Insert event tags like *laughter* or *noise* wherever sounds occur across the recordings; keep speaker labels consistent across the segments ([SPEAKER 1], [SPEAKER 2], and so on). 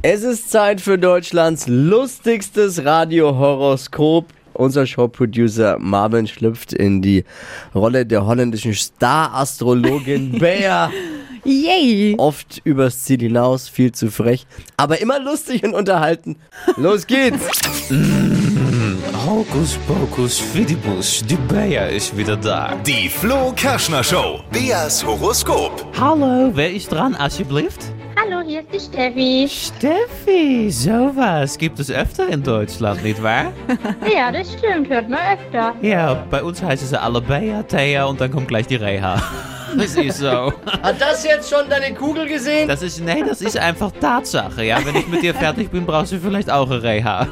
[SPEAKER 1] Es ist Zeit für Deutschlands lustigstes Radiohoroskop. Unser Showproducer Marvin schlüpft in die Rolle der holländischen *laughs* Star-Astrologin Bea.
[SPEAKER 2] Yay!
[SPEAKER 1] Oft übers Ziel hinaus, viel zu frech, aber immer lustig und unterhalten. Los geht's!
[SPEAKER 3] Hocus pocus fidibus, die Bea is wieder daar.
[SPEAKER 4] Die Flo Kerschner Show. Beas Horoskop.
[SPEAKER 3] Hallo, wer is dran alsjeblieft?
[SPEAKER 5] Hallo, hier ist die Steffi.
[SPEAKER 3] Steffi, sowas gibt es öfter in Deutschland, nietwaar?
[SPEAKER 5] Ja, das stimmt, hört man öfter.
[SPEAKER 3] Ja, bei uns heißen sie alle Bea, Thea und dann kommt gleich die *laughs* Reha. Das ist so.
[SPEAKER 1] Hat das jetzt schon deine Kugel gesehen?
[SPEAKER 3] Das ist, nee, das ist einfach Tatsache, ja. Wenn ich mit dir fertig bin, brauchst du vielleicht auch eine Reha.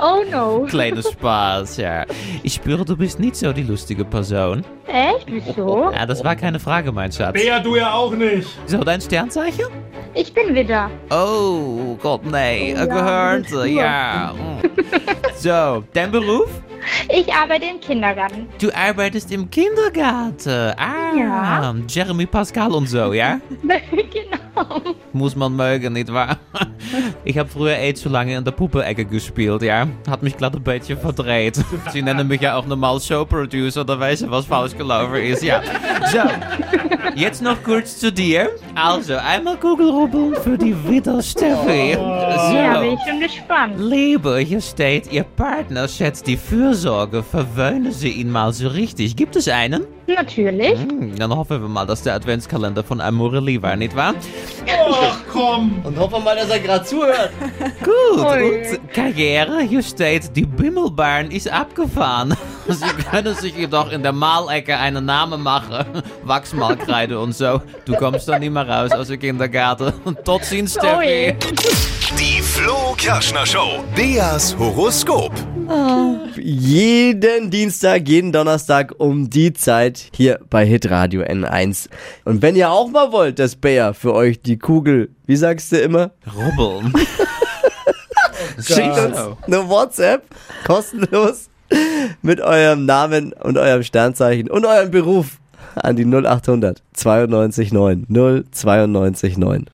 [SPEAKER 5] Oh no.
[SPEAKER 3] Kleiner Spaß, ja. Ich spüre, du bist nicht so die lustige Person.
[SPEAKER 5] Echt? Wieso?
[SPEAKER 3] Ja, das war keine Frage, mein Schatz.
[SPEAKER 6] Ja, du ja auch nicht.
[SPEAKER 3] So, dein Sternzeichen?
[SPEAKER 5] Ich bin wieder.
[SPEAKER 3] Oh, Gott, nee,
[SPEAKER 5] Ja,
[SPEAKER 3] gehört,
[SPEAKER 5] das ist
[SPEAKER 3] ja. Mm. So, dein Beruf?
[SPEAKER 5] Ich arbeite im Kindergarten. *laughs*
[SPEAKER 3] Du arbeitest im Kindergarten. Ah,
[SPEAKER 5] Ja.
[SPEAKER 3] Jeremy Pascal und so, ja?
[SPEAKER 5] genau.
[SPEAKER 3] Muss man mögen, nicht
[SPEAKER 5] *laughs*
[SPEAKER 3] wahr? Ich habe früher eh zu lange in der Puppenecke gespielt, ja? Hat mich glatt ein bisschen verdreht. Sie nennen mich ja auch normal Showproducer, da weiß ich, was falsch gelaufen ist, ja. So, jetzt noch kurz zu dir. Also, einmal Kugelrubbeln für die Witter Steffi. So.
[SPEAKER 5] Ja, bin ich schon gespannt.
[SPEAKER 3] Liebe, hier steht, Ihr Partner schätzt die Fürsorge. Verwöhnen Sie ihn mal so richtig. Gibt es einen?
[SPEAKER 5] Natürlich.
[SPEAKER 3] Hm, dann hoffen wir mal, dass der Adventskalender von Amorelli war, nicht wahr?
[SPEAKER 6] Ach komm.
[SPEAKER 1] Und hoffen wir mal, dass er gerade zuhört.
[SPEAKER 3] Gut,
[SPEAKER 5] Ui.
[SPEAKER 3] und Karriere, hier steht, die Bimmelbahn ist abgefahren. *laughs* Sie können sich jedoch in der Malecke einen Namen machen. *laughs* Wachsmalkreide und so. Du kommst dann nicht mehr raus aus dem Kindergarten. *laughs* Tot ziens, Steffi.
[SPEAKER 5] Ui.
[SPEAKER 4] Die Flo Kerschner Show. Beas Horoskop.
[SPEAKER 1] Jeden Dienstag, jeden Donnerstag um die Zeit hier bei Hitradio N1. Und wenn ihr auch mal wollt, dass Bea für euch die Kugel, wie sagst du immer,
[SPEAKER 3] Rubbeln.
[SPEAKER 1] schickt uns eine WhatsApp kostenlos mit eurem Namen und eurem Sternzeichen und eurem Beruf an die 0800 92 9 092 9.